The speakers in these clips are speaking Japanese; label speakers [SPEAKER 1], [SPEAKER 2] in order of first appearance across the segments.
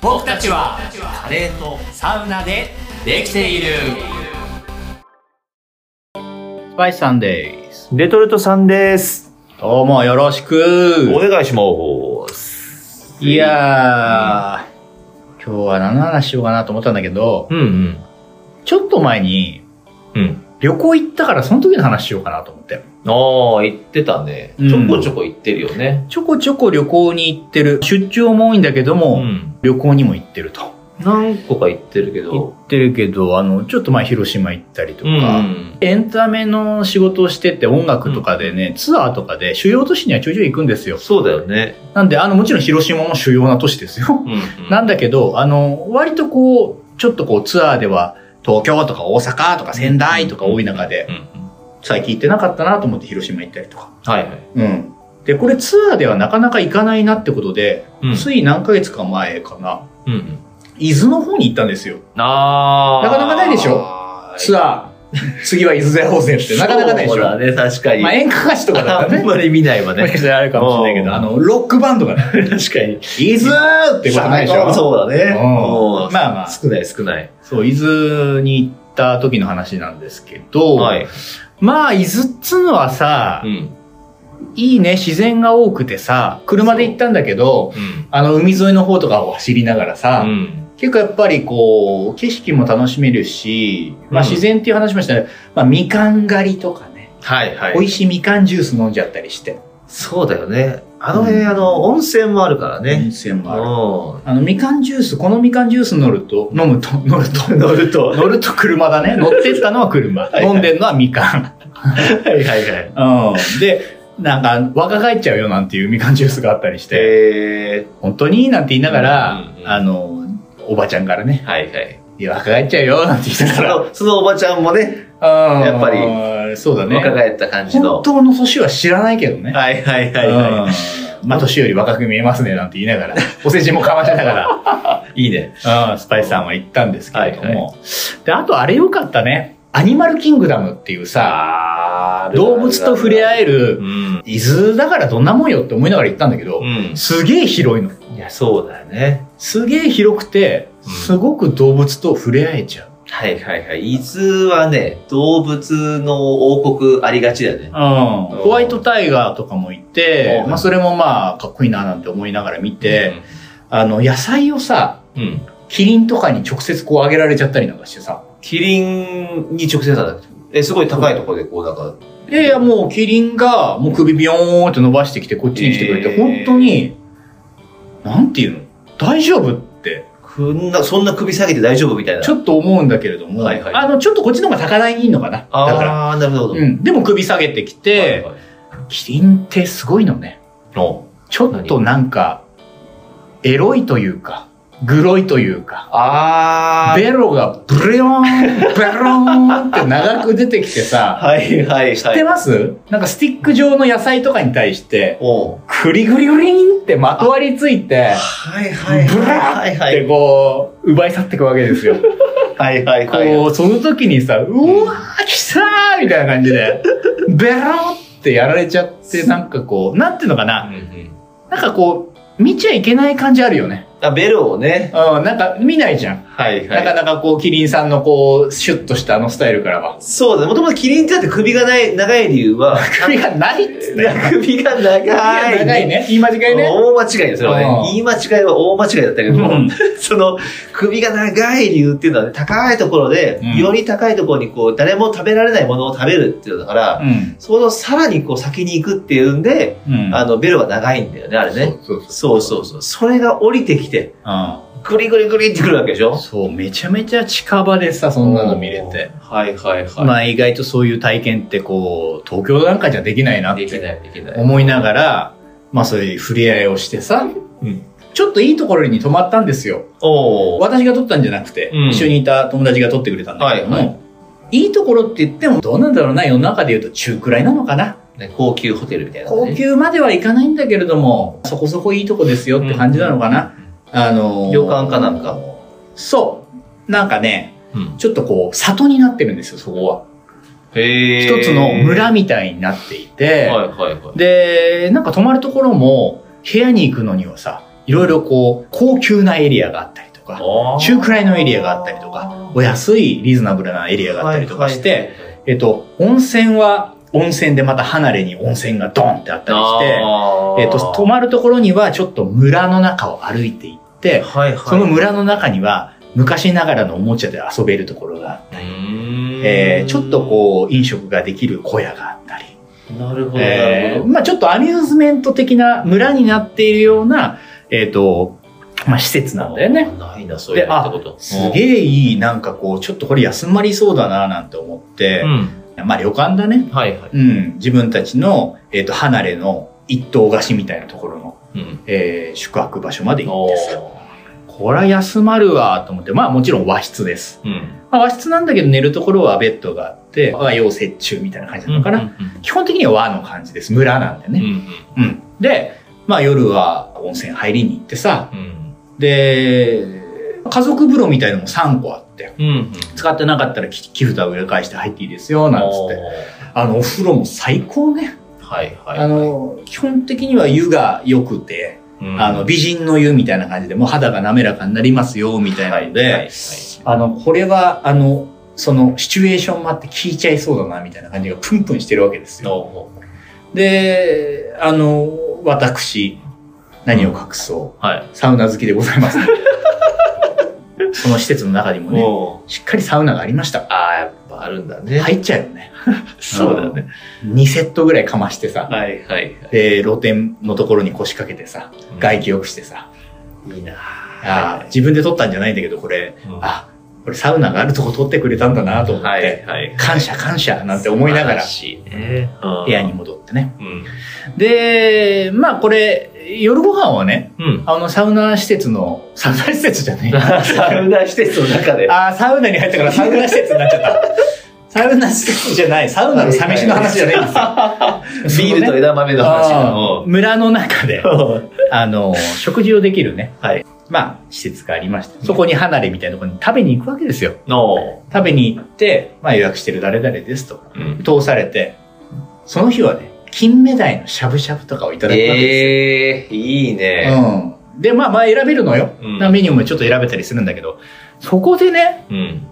[SPEAKER 1] 僕たちは
[SPEAKER 2] カレーと
[SPEAKER 1] サウナでできている
[SPEAKER 2] スパイスサンデーズ
[SPEAKER 3] レトルトさんです。
[SPEAKER 2] どうもよろし
[SPEAKER 3] お
[SPEAKER 2] く
[SPEAKER 3] 願いします。
[SPEAKER 2] いやー今日は何の話しようかなと思ったんだけど
[SPEAKER 3] うんうん。
[SPEAKER 2] ちょっと前に
[SPEAKER 3] うん。
[SPEAKER 2] 旅行行ったからその時の話しようかなと思って
[SPEAKER 3] ああ、言ってたね。
[SPEAKER 2] うん
[SPEAKER 3] ちょこちょこ言ってるよね。
[SPEAKER 2] ちょこちょこ旅行に行ってる出張も多いんだけど
[SPEAKER 3] う
[SPEAKER 2] も、
[SPEAKER 3] ん。
[SPEAKER 2] 旅行にも行ってると
[SPEAKER 3] 何個か言ってるけ
[SPEAKER 2] 行
[SPEAKER 3] ど。
[SPEAKER 2] ってるけどあのちょっと前広島行ったりと
[SPEAKER 3] う
[SPEAKER 2] か、
[SPEAKER 3] ん。
[SPEAKER 2] エンタメの仕事をしてて音楽とかでね、ツアーとかで主要都市にはちょいちょい行くんですよ。
[SPEAKER 3] そうだよね。
[SPEAKER 2] なんで、あの、もちろん広島も主要な都市ですよ。
[SPEAKER 3] うんうん。
[SPEAKER 2] なんだけど、あの、割とこう、ちょっとこうツアーでは東京とか大阪とか仙台とか多い中で、
[SPEAKER 3] うんうん。
[SPEAKER 2] 最近行ってなかったなと思って広島行ったりとか。
[SPEAKER 3] はいはい。
[SPEAKER 2] うん。で、これツアーではなかなか行かないなってことで、
[SPEAKER 3] うん。
[SPEAKER 2] つい何ヶ月か前かな、
[SPEAKER 3] うんうん。
[SPEAKER 2] 伊豆の方に行ったんですよ。
[SPEAKER 3] ああ。
[SPEAKER 2] なかなかないでしょツアー。 次は伊豆で大戦ってなかなかないでし
[SPEAKER 3] そうだ
[SPEAKER 2] ょ。
[SPEAKER 3] ね、確かに。
[SPEAKER 2] まあ演歌歌手とかだった
[SPEAKER 3] あ
[SPEAKER 2] らね
[SPEAKER 3] ん。まり見ないわ
[SPEAKER 2] もし
[SPEAKER 3] ね
[SPEAKER 2] か。したらあるかもしれないけ
[SPEAKER 3] うん
[SPEAKER 2] ど、あの、ロックバン ドがね、
[SPEAKER 3] 確かに。
[SPEAKER 2] 伊豆ってことないでしょ
[SPEAKER 3] そうだね。
[SPEAKER 2] うん
[SPEAKER 3] うん
[SPEAKER 2] まあまあ
[SPEAKER 3] 少ない少ない。
[SPEAKER 2] そう、伊豆に行った時の話なんですけど、
[SPEAKER 3] はい。
[SPEAKER 2] まあ、伊豆っつうのはさ、
[SPEAKER 3] うん。
[SPEAKER 2] いいね、自然が多くてさ、車で行ったんだけど、
[SPEAKER 3] うん。
[SPEAKER 2] あの、海沿いの方とかを走りながらさ、
[SPEAKER 3] うん。
[SPEAKER 2] 結構やっぱりこう、景色も楽しめるし、まあ
[SPEAKER 3] うん
[SPEAKER 2] 自然っていう話もしたら、まあみかん狩りとかね、
[SPEAKER 3] はいはい。
[SPEAKER 2] 美味しいみかんジュース飲んじゃったりして、
[SPEAKER 3] そうだよね。あの辺、
[SPEAKER 2] うん
[SPEAKER 3] あの、温泉もあるからね。
[SPEAKER 2] 温泉 もある。
[SPEAKER 3] う
[SPEAKER 2] あの、みかんジュース、このみかんジュース乗ると、飲むと、乗ると、
[SPEAKER 3] ん。 乗ると。
[SPEAKER 2] 乗ると車だ ね。乗ってったのは車。
[SPEAKER 3] いはい
[SPEAKER 2] 飲んでんのはみかん。
[SPEAKER 3] はいはいはい。
[SPEAKER 2] うん。で、なんか、若返っちゃうよなんていうみかんジュースがあったりして、
[SPEAKER 3] え
[SPEAKER 2] 本当にいいなんて言いながら、
[SPEAKER 3] うんうん
[SPEAKER 2] あの、おばちゃんからね、
[SPEAKER 3] ー、はいはい。
[SPEAKER 2] いや、若返っちゃうよなんて言いな
[SPEAKER 3] そ
[SPEAKER 2] がら、
[SPEAKER 3] の、そのおばちゃんもね、
[SPEAKER 2] うん
[SPEAKER 3] やっぱ
[SPEAKER 2] そうだね。
[SPEAKER 3] 若返った感じの。
[SPEAKER 2] 本当の年は知らないけどね。
[SPEAKER 3] はいはいはいは
[SPEAKER 2] うんまあ、年より若く見えますね、なんて言いながら、お世辞もかましなが
[SPEAKER 3] い。いいね。
[SPEAKER 2] ら、うん、スパイスさんは行ったんですけれども。
[SPEAKER 3] はい
[SPEAKER 2] で、あとあれ良かったね。アニマルキングダムっていうさ、
[SPEAKER 3] あ
[SPEAKER 2] 動物と触れ合
[SPEAKER 3] え
[SPEAKER 2] える、
[SPEAKER 3] うん。
[SPEAKER 2] 伊豆だからどんなもんよって思いながら行ったんだけど、
[SPEAKER 3] う
[SPEAKER 2] すげえ広いの。
[SPEAKER 3] ん。いや、そうだよね。
[SPEAKER 2] すげえ広くて、
[SPEAKER 3] うん
[SPEAKER 2] すごく動物と触れ合えちゃう。
[SPEAKER 3] はいはいはい。伊豆はね、動物の王国ありがちだよね。
[SPEAKER 2] うんホワイトタイガーとかもいて、
[SPEAKER 3] うん
[SPEAKER 2] まあそれもまあかっこいいななんて思いながら見て、あの野菜をさ、
[SPEAKER 3] うん、うん。
[SPEAKER 2] キリンとかに直接こうあげられちゃったりなんかしてさ。
[SPEAKER 3] キリンに直接なんだえ、すごい高いところでこう、なんか、
[SPEAKER 2] いやいやもうキリンがもう首ビヨーンって伸ばしてきてこっちに来てくれて、
[SPEAKER 3] えー
[SPEAKER 2] 本当に、なんていうの大丈夫って
[SPEAKER 3] こんな、そんな首下げて大丈夫みたいな。
[SPEAKER 2] ちょっと思うんだけれども、
[SPEAKER 3] はいはい
[SPEAKER 2] あの、ちょっとこっちの方が高台にいんのかな。だから。
[SPEAKER 3] ああ、なるほど。
[SPEAKER 2] うん。でも首下げてき
[SPEAKER 3] はい
[SPEAKER 2] て、
[SPEAKER 3] はい
[SPEAKER 2] キリンってすごいのね。
[SPEAKER 3] お
[SPEAKER 2] ちょっとなんか、エロいというか、グロいというか、
[SPEAKER 3] あー
[SPEAKER 2] ベロがブレヨーン、ベローンって長く出てきてさ、
[SPEAKER 3] はいはいはい。
[SPEAKER 2] 知ってますなんかスティック状の野菜とかに対して、
[SPEAKER 3] おう
[SPEAKER 2] クリグリグリンってまとわりついて、
[SPEAKER 3] はいはい
[SPEAKER 2] ブラ
[SPEAKER 3] はいは
[SPEAKER 2] で
[SPEAKER 3] い。
[SPEAKER 2] こう、奪い去っていくわけですよ。
[SPEAKER 3] はいはいはい。
[SPEAKER 2] こう、その時にさ、うわー、来たーみたいな感じで、ベローってやられちゃって、なんかこう、なんていうのか
[SPEAKER 3] うん
[SPEAKER 2] な、
[SPEAKER 3] うん
[SPEAKER 2] なんかこう、見ちゃいけない感じあるよね。
[SPEAKER 3] あ、ベロをね。
[SPEAKER 2] うん、なんか見ないじゃん。
[SPEAKER 3] は
[SPEAKER 2] な
[SPEAKER 3] い
[SPEAKER 2] か
[SPEAKER 3] はい。
[SPEAKER 2] なかこう、キリンさんのこう、シュッとしたあのスタイルからは。
[SPEAKER 3] そうだね。もともとキリンってだって首がない、長い理由 は、
[SPEAKER 2] 首が ないっつって。
[SPEAKER 3] 首が長い。
[SPEAKER 2] 首が長い。ね。言い間違いね。
[SPEAKER 3] 大間違いですよ
[SPEAKER 2] うん
[SPEAKER 3] ね。言い間違いは大間違いだったけど
[SPEAKER 2] う
[SPEAKER 3] も
[SPEAKER 2] ん、
[SPEAKER 3] その首が長い理由っていうのはね、高いところで
[SPEAKER 2] うん、
[SPEAKER 3] より高いところにこう、誰も食べられないものを食べるっていうのだから、
[SPEAKER 2] うん。
[SPEAKER 3] そのさらにこう先に行くっていうんで、
[SPEAKER 2] うん。
[SPEAKER 3] あの、ベロが長いんだよね、あれね。
[SPEAKER 2] そうそう
[SPEAKER 3] そうそうそう。それが降りてきて、
[SPEAKER 2] う
[SPEAKER 3] グリグリグリってくるわけでしょ
[SPEAKER 2] ん。そう、めちゃめちゃ近場でさ、そんなの見れて。。
[SPEAKER 3] はいはいはい。
[SPEAKER 2] まあ意外とそういう体験ってこう、東京なんかじゃできないなっ
[SPEAKER 3] でき
[SPEAKER 2] て
[SPEAKER 3] ないできない。
[SPEAKER 2] 思いながら、まあそういう触れ合いをしてさ、
[SPEAKER 3] うん
[SPEAKER 2] ちょっといいところに泊まったんですよ。
[SPEAKER 3] おお。
[SPEAKER 2] 私が撮ったんじゃなくて、
[SPEAKER 3] うん
[SPEAKER 2] 一緒にいた友達が撮ってくれたんだけども、
[SPEAKER 3] はい
[SPEAKER 2] い、
[SPEAKER 3] はい
[SPEAKER 2] ところって言ってもどうなんだろうな、世の中で言うと中くらいなのかな。
[SPEAKER 3] ね高級ホテルみたいなね。
[SPEAKER 2] 高級まではいかないんだけれども、そこそこいいとこですよって感じなのかな。あのー
[SPEAKER 3] 旅館かなんか。
[SPEAKER 2] そう。なんかね、
[SPEAKER 3] うん
[SPEAKER 2] ちょっとこう、里になってるんですよ、そこは。
[SPEAKER 3] へえ。
[SPEAKER 2] 一つの村
[SPEAKER 3] は
[SPEAKER 2] みたいになってい
[SPEAKER 3] い
[SPEAKER 2] て、
[SPEAKER 3] はいはい。
[SPEAKER 2] で、なんか泊まるところも、部屋に行くのにはさ、いろいろこう、高級なエリアがあったりとか、中くらいのエリアがあったりとか、お安いリーズナブルなエリアがあったりとかして、えっと、温泉は温泉でまた離れに温泉がドンってあったりして、
[SPEAKER 3] あー、
[SPEAKER 2] えっと、泊まるところにはちょっと村の中を歩いていって、
[SPEAKER 3] はいはい、
[SPEAKER 2] その村の中には昔ながらのおもちゃで遊べるところがあったり、えーちょっとこう飲食ができる小屋があったり、
[SPEAKER 3] うなるほど、な
[SPEAKER 2] え
[SPEAKER 3] る
[SPEAKER 2] ー
[SPEAKER 3] ほ
[SPEAKER 2] まあちょっとアミューズメント的な村になっているような、えっ、と、まあ施設なんだよね。
[SPEAKER 3] どないなそういうのってこと
[SPEAKER 2] すげえいい、なんかこう、ちょっとこれ休まりそうだななんて思って
[SPEAKER 3] う、ん
[SPEAKER 2] まあ旅館だね。
[SPEAKER 3] はいはい
[SPEAKER 2] うん、自分たちの、えっ、と、離れの一棟貸しみたいなところの、
[SPEAKER 3] うん
[SPEAKER 2] えー宿泊場所まで行っ
[SPEAKER 3] お
[SPEAKER 2] てさ、これは休まるわと思って、まあもちろん和室です。
[SPEAKER 3] うん
[SPEAKER 2] まあ、和室なんだけど寝るところはベッドがあって、和洋折衷みたいな感じなのかな。
[SPEAKER 3] うん
[SPEAKER 2] 基本的には和の感じです。村なんでね
[SPEAKER 3] うん。うん
[SPEAKER 2] うん。で、まあ夜は温泉入りに行ってさ、
[SPEAKER 3] うん
[SPEAKER 2] で、家族風呂みたいのも3個あって、
[SPEAKER 3] うんうん
[SPEAKER 2] 使ってなかったらき木札を裏返して入っていいですよ、なんつって。
[SPEAKER 3] お
[SPEAKER 2] あの、お風呂も最高ね。
[SPEAKER 3] ーはいはい
[SPEAKER 2] あの、基本的には湯が良くて、
[SPEAKER 3] うん
[SPEAKER 2] あの、美人の湯みたいな感じで、もう肌が滑らかになりますよ、みたいなので、
[SPEAKER 3] はいはい
[SPEAKER 2] あの、これは、あの、その、シチュエーションもあって聞いちゃいそうだな、みたいな感じがプンプンしてるわけですよ。
[SPEAKER 3] おー
[SPEAKER 2] で、あの、私、何を隠そう。
[SPEAKER 3] はい
[SPEAKER 2] サウナ好きでござい ます。その施設の中にもね、
[SPEAKER 3] おー
[SPEAKER 2] しっかりサウナがありました。
[SPEAKER 3] あーやっぱあるんだね
[SPEAKER 2] 入っちゃうよね。
[SPEAKER 3] そうだね
[SPEAKER 2] 2セットぐらいかましてさ、
[SPEAKER 3] はいはいは
[SPEAKER 2] で、露天のところに腰掛けてさ、
[SPEAKER 3] い
[SPEAKER 2] 外気良くしてさ、
[SPEAKER 3] いいな
[SPEAKER 2] あー自分で撮ったんじゃないんだけど、これ、
[SPEAKER 3] うん
[SPEAKER 2] あ、これサウナがあるとこ撮ってくれたんだなと思って、
[SPEAKER 3] はいはい
[SPEAKER 2] 感謝感謝なんて思いながら
[SPEAKER 3] 素、晴しいねうん
[SPEAKER 2] 部屋に戻ってね。
[SPEAKER 3] うん
[SPEAKER 2] で、まあこれ、夜ご飯はね、
[SPEAKER 3] うん
[SPEAKER 2] あの、サウナ施設の、サウナ施設じゃない。
[SPEAKER 3] サウナ施設の中で
[SPEAKER 2] ああ、サウナに入ったからサウナ施設になっちゃ った。サウナ施設じゃない、サウナのサ飯の話じゃないんですよ。
[SPEAKER 3] ビールと
[SPEAKER 2] ね
[SPEAKER 3] 枝豆の話
[SPEAKER 2] あ
[SPEAKER 3] が
[SPEAKER 2] ー
[SPEAKER 3] おー
[SPEAKER 2] 村の中で、あの、食事をできるね、
[SPEAKER 3] はい
[SPEAKER 2] まあ、施設がありまして、そこに離れみたいなところに食べに行くわけですよ。
[SPEAKER 3] の
[SPEAKER 2] 食べに行って、まあ予約してる誰々ですと、
[SPEAKER 3] うん
[SPEAKER 2] 通されて、その日はね、金目鯛のしゃぶしゃぶとかをいただくわけですよ。
[SPEAKER 3] ええいいね
[SPEAKER 2] うん。で、まあまあ選べるのよ。
[SPEAKER 3] うん
[SPEAKER 2] なメニューもちょっと選べたりするんだけど、そこでね、
[SPEAKER 3] うん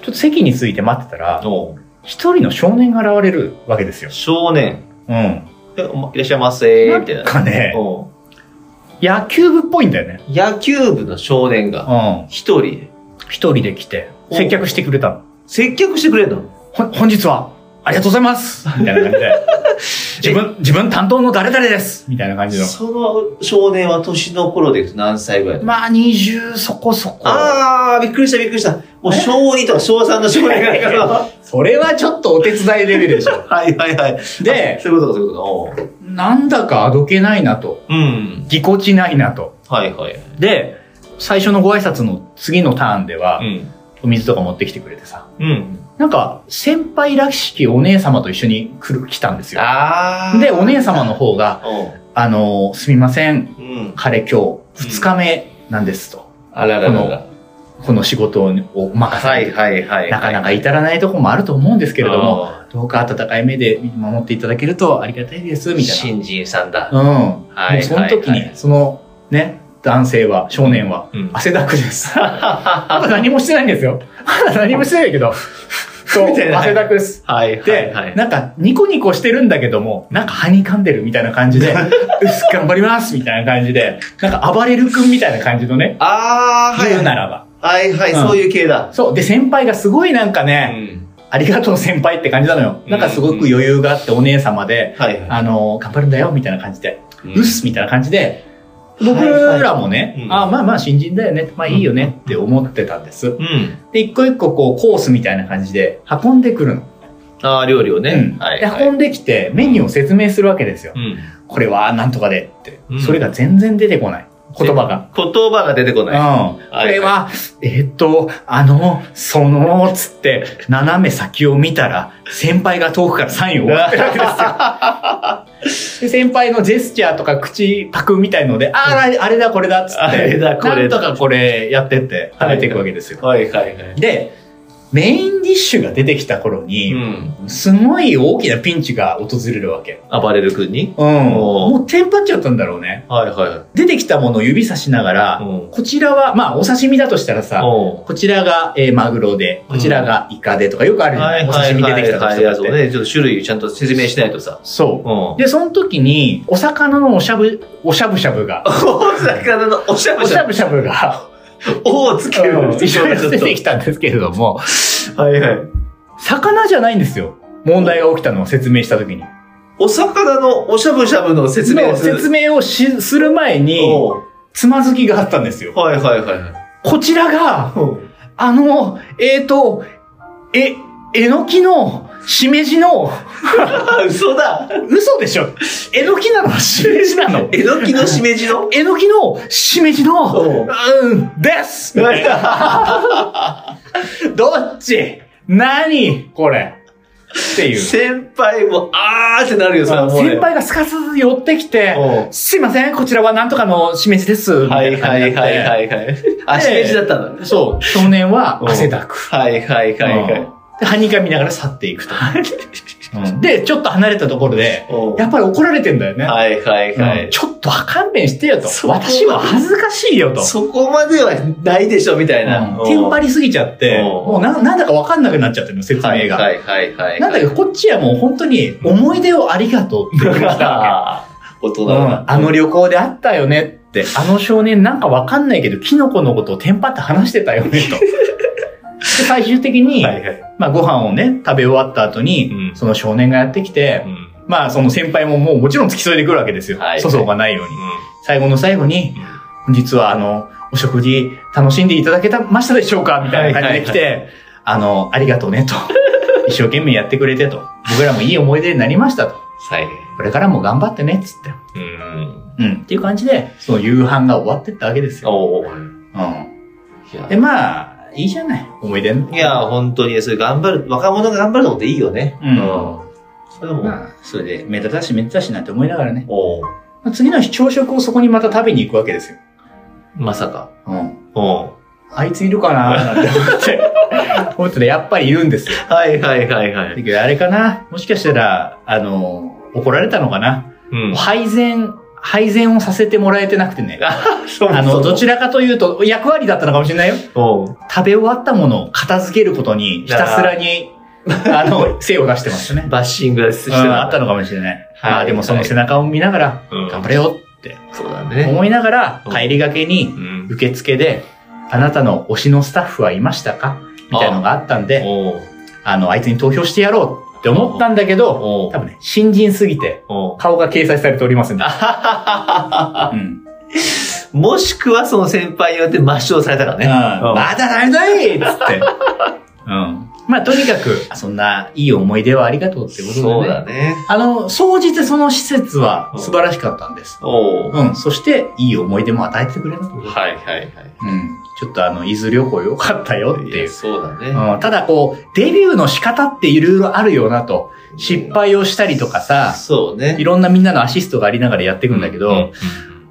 [SPEAKER 2] ちょっと席について待ってたら、
[SPEAKER 3] おー
[SPEAKER 2] 一人の少年が現れるわけですよ。
[SPEAKER 3] 少年
[SPEAKER 2] うん。
[SPEAKER 3] えおまいらっしゃいませーみたい
[SPEAKER 2] なん
[SPEAKER 3] な
[SPEAKER 2] かね、
[SPEAKER 3] おー
[SPEAKER 2] 野球部っぽいんだよね。
[SPEAKER 3] 野球部の少年
[SPEAKER 2] う
[SPEAKER 3] が
[SPEAKER 2] ん。
[SPEAKER 3] 一人で
[SPEAKER 2] 一人で来て、
[SPEAKER 3] お
[SPEAKER 2] 接客してくれたの。
[SPEAKER 3] 接客してくれるの
[SPEAKER 2] ほ本日は、ありがとうございますみたいな感じ で。自分、自分担当の誰々ですみたいな感じの。
[SPEAKER 3] その少年は年の頃で言うと何歳ぐらい
[SPEAKER 2] まあ、二十そこそこ。
[SPEAKER 3] あー、びっくりしたびっくりした。もう小2とか小3の少年がいるから。は
[SPEAKER 2] それはちょっとお手伝いレベルでしょ。
[SPEAKER 3] いはいはい。
[SPEAKER 2] で、
[SPEAKER 3] そういうことかそういうことか。おう
[SPEAKER 2] なんだかあどけないなと。
[SPEAKER 3] うん。
[SPEAKER 2] ぎこちないなと。
[SPEAKER 3] はいはい。
[SPEAKER 2] で、最初のご挨拶の次のターンでは、
[SPEAKER 3] ん。
[SPEAKER 2] お水とか持ってきてくれてさ。
[SPEAKER 3] うん。
[SPEAKER 2] なんか、先輩らしきお姉様と一緒に来る、来たんですよ。
[SPEAKER 3] あー。
[SPEAKER 2] で、お姉様の方が、
[SPEAKER 3] おう
[SPEAKER 2] あのーすみません、
[SPEAKER 3] うん。
[SPEAKER 2] 彼今日、二日目なんですと。
[SPEAKER 3] あらららら。
[SPEAKER 2] この仕事をお任せ、
[SPEAKER 3] はいはいはい。
[SPEAKER 2] なかなか至らないとこもあると思うんですけれども、
[SPEAKER 3] も、
[SPEAKER 2] どうか温かい目で見守っていただけるとありがたいです、みたい
[SPEAKER 3] 新人さんだ。
[SPEAKER 2] な。うん。
[SPEAKER 3] はいはい
[SPEAKER 2] もうその時
[SPEAKER 3] は
[SPEAKER 2] に、
[SPEAKER 3] い
[SPEAKER 2] その、ね、男性は、少年は、
[SPEAKER 3] うん。
[SPEAKER 2] 汗だくです。まだ何もしてないんですよ。まだ何もしてないけど、そう、
[SPEAKER 3] みたいな
[SPEAKER 2] 汗だくです。
[SPEAKER 3] はいは
[SPEAKER 2] で、
[SPEAKER 3] いはい。
[SPEAKER 2] なんかニコニコしてるんだけども、なんかはにかんでるみたいな感じ で、うっす頑張りますみたいな感じで、なんか暴れる君みたいな感じのね、
[SPEAKER 3] あー、はい。
[SPEAKER 2] 言うならば。
[SPEAKER 3] はいはい、
[SPEAKER 2] うん
[SPEAKER 3] そういう系だ。
[SPEAKER 2] そう。で、先輩がすごいなんか
[SPEAKER 3] う
[SPEAKER 2] ね、
[SPEAKER 3] ん。
[SPEAKER 2] ありがとう先輩って感じなのよ。なんかすごく余裕があってお姉様で、
[SPEAKER 3] はいはい。
[SPEAKER 2] あの、頑張るんだよみたいな感じで、
[SPEAKER 3] う
[SPEAKER 2] うっすみたいな感じで、
[SPEAKER 3] はい
[SPEAKER 2] 僕らも
[SPEAKER 3] う
[SPEAKER 2] ね、
[SPEAKER 3] ん
[SPEAKER 2] あまあまあ新人だよね、まあいいよねって思ってたんです。
[SPEAKER 3] うん。
[SPEAKER 2] で、一個一個こうコースみたいな感じで運んでくるの。
[SPEAKER 3] あー、料理をね
[SPEAKER 2] う。ん
[SPEAKER 3] はい
[SPEAKER 2] で
[SPEAKER 3] はい。
[SPEAKER 2] 運んできてメニューを説明するわけですよ。
[SPEAKER 3] うん
[SPEAKER 2] これはなんとかでって、
[SPEAKER 3] うん
[SPEAKER 2] それが全然出てこない。言葉が。
[SPEAKER 3] 言葉が出てこ
[SPEAKER 2] うん。
[SPEAKER 3] ない。
[SPEAKER 2] これは、えーっと、あの、その、つって、斜め先を見たら、先輩が遠くからサインを送ってるわけ ですよ。で先輩のジェスチャーとか口パクみたいので、あーあれだこれだっつって、
[SPEAKER 3] あれだこれだ
[SPEAKER 2] なんとかこれやってって食べていくわけですよ。
[SPEAKER 3] はいはいはい。
[SPEAKER 2] で、メインディッシュが出てきた頃に、
[SPEAKER 3] ん。
[SPEAKER 2] すごい大きなピンチが訪れるわけ。
[SPEAKER 3] 暴れる君に
[SPEAKER 2] うん。
[SPEAKER 3] おー
[SPEAKER 2] もうテンパっちゃったんだろうね。
[SPEAKER 3] はいは
[SPEAKER 2] 出てきたものを指さしながら、
[SPEAKER 3] うん。
[SPEAKER 2] こちらは、まあ、お刺身だとしたらさ、
[SPEAKER 3] お
[SPEAKER 2] こちらが、えーマグロで、こちらがイカでとかよくあるじゃない、お刺身出てきた
[SPEAKER 3] はい
[SPEAKER 2] 時
[SPEAKER 3] はいはい
[SPEAKER 2] と
[SPEAKER 3] や
[SPEAKER 2] かっ
[SPEAKER 3] そ
[SPEAKER 2] て。
[SPEAKER 3] うね。ちょっと種類ちゃんと説明しないとさ。
[SPEAKER 2] そう。
[SPEAKER 3] うん。
[SPEAKER 2] で、その時に、お魚のおしゃぶ、おしゃぶしゃぶが、
[SPEAKER 3] お魚の おしゃ
[SPEAKER 2] お
[SPEAKER 3] ぶし
[SPEAKER 2] しゃ
[SPEAKER 3] ゃ
[SPEAKER 2] ぶしゃぶが、
[SPEAKER 3] ぶ。おをつける。
[SPEAKER 2] うんいろいろ出て
[SPEAKER 3] ち
[SPEAKER 2] きたんですけれども、
[SPEAKER 3] ょっとはいはい。
[SPEAKER 2] 魚じゃないんですよ。問題が起きたのを説明した時に。
[SPEAKER 3] お魚のおしゃぶしゃぶの説明を
[SPEAKER 2] の
[SPEAKER 3] する
[SPEAKER 2] 説。明をしする前に、
[SPEAKER 3] おう
[SPEAKER 2] つまずきがあったんですよ。
[SPEAKER 3] はいはいはいはい。
[SPEAKER 2] こちらが、
[SPEAKER 3] おう
[SPEAKER 2] あの、えーと、え、えのきの、しめじの、
[SPEAKER 3] あ、嘘だ
[SPEAKER 2] 嘘でしょえのきなのしめじなの
[SPEAKER 3] えのきのしめじの
[SPEAKER 2] えのきのしめじの、
[SPEAKER 3] おう
[SPEAKER 2] うん、ですどっち何これっていう。
[SPEAKER 3] 先輩も、あーってなるよ、それはもうね
[SPEAKER 2] 先輩がすかさず寄ってきて、
[SPEAKER 3] おう
[SPEAKER 2] すいません、こちらはなんとかのしめじです。。
[SPEAKER 3] はいはいはいはいいはい。あ、しめじだったんだ。
[SPEAKER 2] そう、少年は汗だく。
[SPEAKER 3] はいはいはいはい。
[SPEAKER 2] で、はにかみながら去っていくと。うんで、ちょっと離れたところで、
[SPEAKER 3] おう
[SPEAKER 2] やっぱり怒られてんだよね。
[SPEAKER 3] はいはいは
[SPEAKER 2] うん
[SPEAKER 3] い。
[SPEAKER 2] ちょっと勘弁してよと。
[SPEAKER 3] そう
[SPEAKER 2] 私は恥ずかしいよと。
[SPEAKER 3] そこまではないでしょ、みたいな。
[SPEAKER 2] うんテンパ
[SPEAKER 3] リ
[SPEAKER 2] りすぎちゃって、
[SPEAKER 3] うん
[SPEAKER 2] もうななんだかわかんなくなっちゃってるの、説明
[SPEAKER 3] は
[SPEAKER 2] が。
[SPEAKER 3] いはいはいはい。
[SPEAKER 2] なんだけど、こっちはもう本当に思い出をありがとうって言ってきたわ
[SPEAKER 3] 大
[SPEAKER 2] け。
[SPEAKER 3] 人
[SPEAKER 2] う
[SPEAKER 3] だ
[SPEAKER 2] ん
[SPEAKER 3] な。
[SPEAKER 2] あの旅行であったよねって、あの少年なんかわかんないけど、キノコのことをテンパって話してたよね と。で最終的に、
[SPEAKER 3] はいはい。
[SPEAKER 2] まあご飯をね、食べ終わった後に、
[SPEAKER 3] うん
[SPEAKER 2] その少年がやってきて、
[SPEAKER 3] うん
[SPEAKER 2] まあその先輩ももうもちろん付き添いで来るわけですよ。
[SPEAKER 3] はい
[SPEAKER 2] 粗相がないように。最後の最後に、実はあの、お食事楽しんでいただけたましたでしょうかみたいな感じで来て、あの、ありがとう ねと。一生懸命やってくれてと。僕らもいい思い出になりましたと。
[SPEAKER 3] 最後。
[SPEAKER 2] これからも頑張ってね、つって。
[SPEAKER 3] うん。
[SPEAKER 2] うん。っていう感じで、その夕飯が終わってったわけですよ。
[SPEAKER 3] おお。
[SPEAKER 2] うん。
[SPEAKER 3] いや
[SPEAKER 2] で、まあ、いいじゃない。思い出の
[SPEAKER 3] いや、本当にね、それ頑張る、若者が頑張るのっていいよね。
[SPEAKER 2] うん
[SPEAKER 3] それも、
[SPEAKER 2] まあ、それで、めでたしめでたしなんて思いながらね。
[SPEAKER 3] おう
[SPEAKER 2] まあ次の日、朝食をそこにまた食べに行くわけですよ。
[SPEAKER 3] まさか。
[SPEAKER 2] うん。
[SPEAKER 3] おう
[SPEAKER 2] あいついるかなーなんて思って、 思ってたらやっぱりいるんですよ。
[SPEAKER 3] はいはいはいは
[SPEAKER 2] だ
[SPEAKER 3] い。
[SPEAKER 2] けどあれかなもしかしたら、あの、怒られたのかな、
[SPEAKER 3] うん。
[SPEAKER 2] 配膳、配膳をさせてもらえてなくてね。
[SPEAKER 3] そう
[SPEAKER 2] あの、どちらかというと、役割だったのかもしれないよ。
[SPEAKER 3] おう
[SPEAKER 2] 食べ終わったものを片付けることに、ひたすらに、あ の、精を出してましたね。
[SPEAKER 3] バッシングして
[SPEAKER 2] うん
[SPEAKER 3] た
[SPEAKER 2] あったのかもしれない。まあでもその背中を見ながら、
[SPEAKER 3] うん
[SPEAKER 2] 頑張れよって
[SPEAKER 3] そうだね。
[SPEAKER 2] 思いながら、
[SPEAKER 3] うん
[SPEAKER 2] 帰りがけに、
[SPEAKER 3] ん。
[SPEAKER 2] 受付で、あなたの推しのスタッフはいましたかみたいなのがあったんで、
[SPEAKER 3] おう
[SPEAKER 2] あの、あいつに投票してやろうって思ったんだけど、
[SPEAKER 3] おう
[SPEAKER 2] 多分ね、新人すぎて、
[SPEAKER 3] おう
[SPEAKER 2] 顔が掲載されておりませんでした。うん。
[SPEAKER 3] もしくはその先輩によって抹消されたからね。うん
[SPEAKER 2] まだダメだいっつって。 うん。まあ、とにかく、そんないい思い出をありがとうってことでね。
[SPEAKER 3] そうだね。
[SPEAKER 2] あの、総じてその施設は
[SPEAKER 3] うん
[SPEAKER 2] 素晴らしかったんです。
[SPEAKER 3] おう
[SPEAKER 2] うん。そして、いい思い出も与えてくれたと。うん。
[SPEAKER 3] はいはいはい。
[SPEAKER 2] ちょっとあの、伊豆旅行良かったよって
[SPEAKER 3] い
[SPEAKER 2] い
[SPEAKER 3] や
[SPEAKER 2] う。
[SPEAKER 3] そうだね。
[SPEAKER 2] うん、ただこう、デビューの仕方っていろいろあるよなと。失敗をしたりとかさ、
[SPEAKER 3] そう
[SPEAKER 2] い
[SPEAKER 3] ね。
[SPEAKER 2] ろんなみんなのアシストがありながらやっていくんだけ
[SPEAKER 3] う
[SPEAKER 2] ど、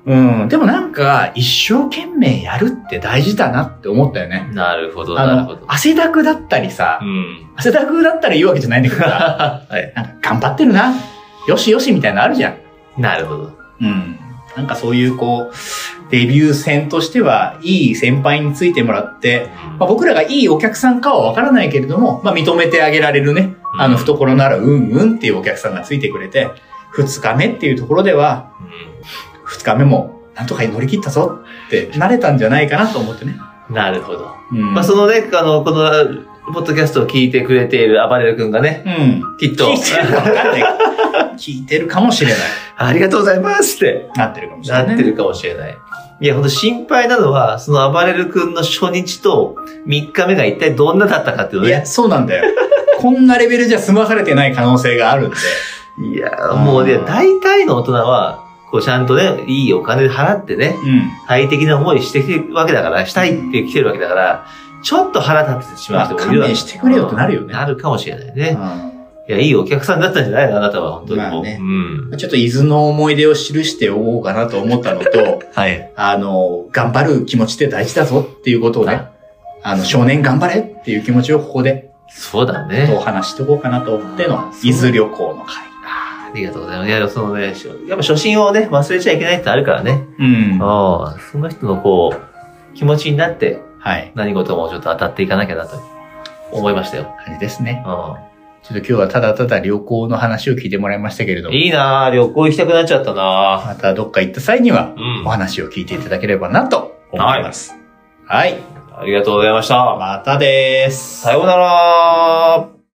[SPEAKER 2] うん、でもなんか、一生懸命やるって大事だなって思ったよね。
[SPEAKER 3] んなるほど、
[SPEAKER 2] あ
[SPEAKER 3] なるほ
[SPEAKER 2] の
[SPEAKER 3] ど、。
[SPEAKER 2] 汗だくだったりさ
[SPEAKER 3] う、ん。
[SPEAKER 2] 汗だくだったら言うわけじゃないんだけどさ、
[SPEAKER 3] はい。
[SPEAKER 2] なんか頑張ってるな、よしよしみたいなのあるじゃん。
[SPEAKER 3] なるほど。
[SPEAKER 2] うん。なんかそういうこう、デビュー戦としては、いい先輩についてもらって、まあ、僕らがいいお客さんかはわからないけれども、まあ、認めてあげられるね、あの、懐のあるうんうんっていうお客さんがついてくれて、二日目っていうところでは、
[SPEAKER 3] う
[SPEAKER 2] 二日目も、なんとか乗り切ったぞって、慣れたんじゃないかなと思ってね。
[SPEAKER 3] んなるほど。
[SPEAKER 2] うん。
[SPEAKER 3] まあ、そのね、あの、この、ポッドキャストを聞いてくれているあばれる君がね、
[SPEAKER 2] うん。
[SPEAKER 3] きっと
[SPEAKER 2] 聞い、てるかわかんない。聞いてるかもしれない。
[SPEAKER 3] ありがとうございますって、
[SPEAKER 2] なってるかもしれない、
[SPEAKER 3] なってるかもしれない。いや、ほんと心配なのは、そのあばれる君の初日と3日目が一体どんなだったかっていうの
[SPEAKER 2] い
[SPEAKER 3] ね
[SPEAKER 2] や、。そうなんだよ。こんなレベルじゃ済まされてない可能性があるんで。
[SPEAKER 3] いや、もうね、
[SPEAKER 2] うん
[SPEAKER 3] 大体の大人は、こうちゃんとね、いいお金払ってね、
[SPEAKER 2] うん。
[SPEAKER 3] 快適な思いしてきてるわけだから、したいって来てるわけだから、ちょっと腹立ってしまう人もいる
[SPEAKER 2] まあ勘
[SPEAKER 3] わけ
[SPEAKER 2] 弁してくれよってなるよね
[SPEAKER 3] なるかもしれない
[SPEAKER 2] うん
[SPEAKER 3] ね。いや、いいお客さんだったんじゃないのあなたは、本当にもう。
[SPEAKER 2] まあね
[SPEAKER 3] うん。
[SPEAKER 2] ちょっと伊豆の思い出を記しておこうかなと思ったのと、
[SPEAKER 3] はい。
[SPEAKER 2] あの、頑張る気持ちって大事だぞっていうことをね、あの、少年頑張れっていう気持ちをここで、
[SPEAKER 3] そうだ
[SPEAKER 2] ちょっとお
[SPEAKER 3] ね。
[SPEAKER 2] 話しとこうかなと思っての
[SPEAKER 3] あ、そう
[SPEAKER 2] 伊豆旅行の会。
[SPEAKER 3] ありがとうございます。いや、そのね、しょやっぱ初心をね、忘れちゃいけないってあるからね。
[SPEAKER 2] うん。は
[SPEAKER 3] ああ、その人のこう、気持ちになって
[SPEAKER 2] い。
[SPEAKER 3] 何事もちょっと当たっていかなきゃなと思いましたよ。
[SPEAKER 2] 感じですね。
[SPEAKER 3] う
[SPEAKER 2] ちょっと今日はただただ旅行の話を聞いてもらいましたけれど
[SPEAKER 3] ん。
[SPEAKER 2] も、
[SPEAKER 3] いいなあ旅行行きたくなっちゃったなあ
[SPEAKER 2] またどっか行った際には
[SPEAKER 3] う、ん
[SPEAKER 2] お。話を聞いていただければなと思います。はい。
[SPEAKER 3] ありがとうございました。
[SPEAKER 2] またです。
[SPEAKER 3] さようなら